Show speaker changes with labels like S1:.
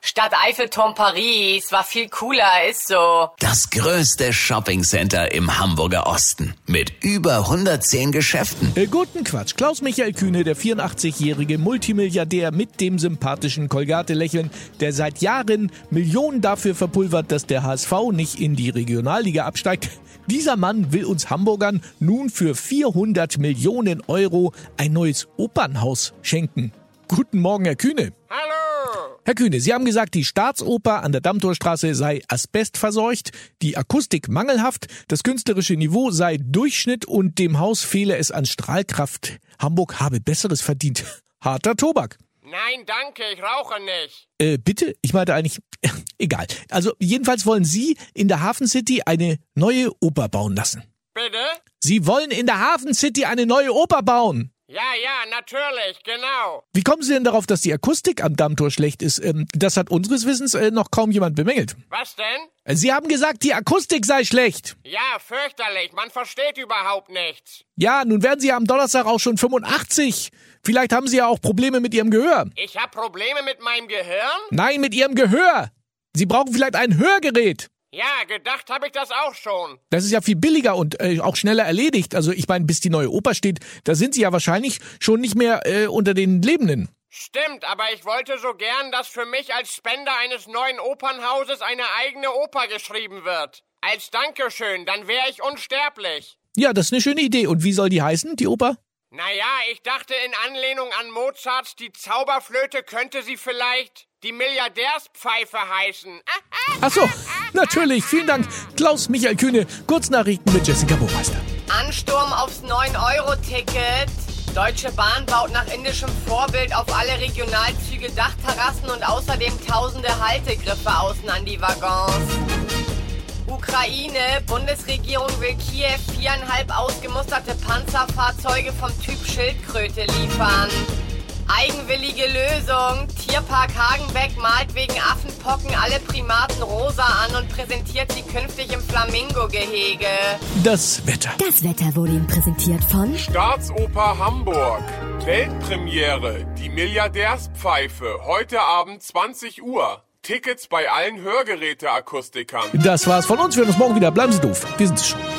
S1: Stadt Eiffelturm Paris. War viel cooler, ist so.
S2: Das größte Shopping Center im Hamburger Osten mit über 110 Geschäften.
S3: Äh, guten Quatsch. Klaus-Michael Kühne, der 84-jährige Multimilliardär mit dem sympathischen Kolgate-Lächeln, der seit Jahren Millionen dafür verpulvert, dass der HSV nicht in die Regionalliga absteigt. Dieser Mann will uns Hamburgern nun für 400 Millionen Euro ein neues Opernhaus schenken. Guten Morgen, Herr Kühne. Herr Kühne, Sie haben gesagt, die Staatsoper an der Dammtorstraße sei asbestverseucht, die Akustik mangelhaft, das künstlerische Niveau sei Durchschnitt und dem Haus fehle es an Strahlkraft. Hamburg habe Besseres verdient. Harter Tobak.
S4: Nein, danke, ich rauche nicht.
S3: Äh, bitte? Ich meinte eigentlich, egal. Also jedenfalls wollen Sie in der Hafen City eine neue Oper bauen lassen.
S4: Bitte?
S3: Sie wollen in der Hafen City eine neue Oper bauen.
S4: Ja, ja, natürlich, genau.
S3: Wie kommen Sie denn darauf, dass die Akustik am Dammtor schlecht ist? Ähm, das hat unseres Wissens äh, noch kaum jemand bemängelt.
S4: Was denn?
S3: Äh, Sie haben gesagt, die Akustik sei schlecht.
S4: Ja, fürchterlich, man versteht überhaupt nichts.
S3: Ja, nun werden Sie ja am Donnerstag auch schon 85. Vielleicht haben Sie ja auch Probleme mit Ihrem Gehör.
S4: Ich hab Probleme mit meinem Gehirn?
S3: Nein, mit Ihrem Gehör. Sie brauchen vielleicht ein Hörgerät.
S4: Ja, gedacht habe ich das auch schon.
S3: Das ist ja viel billiger und äh, auch schneller erledigt. Also ich meine, bis die neue Oper steht, da sind Sie ja wahrscheinlich schon nicht mehr äh, unter den Lebenden.
S4: Stimmt, aber ich wollte so gern, dass für mich als Spender eines neuen Opernhauses eine eigene Oper geschrieben wird. Als Dankeschön, dann wäre ich unsterblich.
S3: Ja, das ist eine schöne Idee. Und wie soll die heißen, die Oper?
S4: Naja, ich dachte in Anlehnung an Mozarts Die Zauberflöte könnte sie vielleicht die Milliardärspfeife heißen.
S3: Ach so, natürlich. Vielen Dank, Klaus Michael Kühne. Kurznachrichten mit Jessica Burmeister.
S1: Ansturm aufs 9-Euro-Ticket. Deutsche Bahn baut nach indischem Vorbild auf alle Regionalzüge Dachterrassen und außerdem tausende Haltegriffe außen an die Waggons. Ukraine, Bundesregierung will Kiew viereinhalb ausgemusterte Panzerfahrzeuge vom Typ Schildkröte liefern. Eigenwillige Lösung. Tierpark Hagenbeck malt wegen Affenpocken alle Primaten rosa an und präsentiert sie künftig im Flamingo-Gehege.
S3: Das Wetter.
S5: Das Wetter wurde Ihnen präsentiert von
S6: Staatsoper Hamburg. Weltpremiere. Die Milliardärspfeife. Heute Abend 20 Uhr. Tickets bei allen Hörgeräteakustikern.
S3: Das war's von uns. Wir hören uns morgen wieder. Bleiben Sie doof. Wir sind's schon.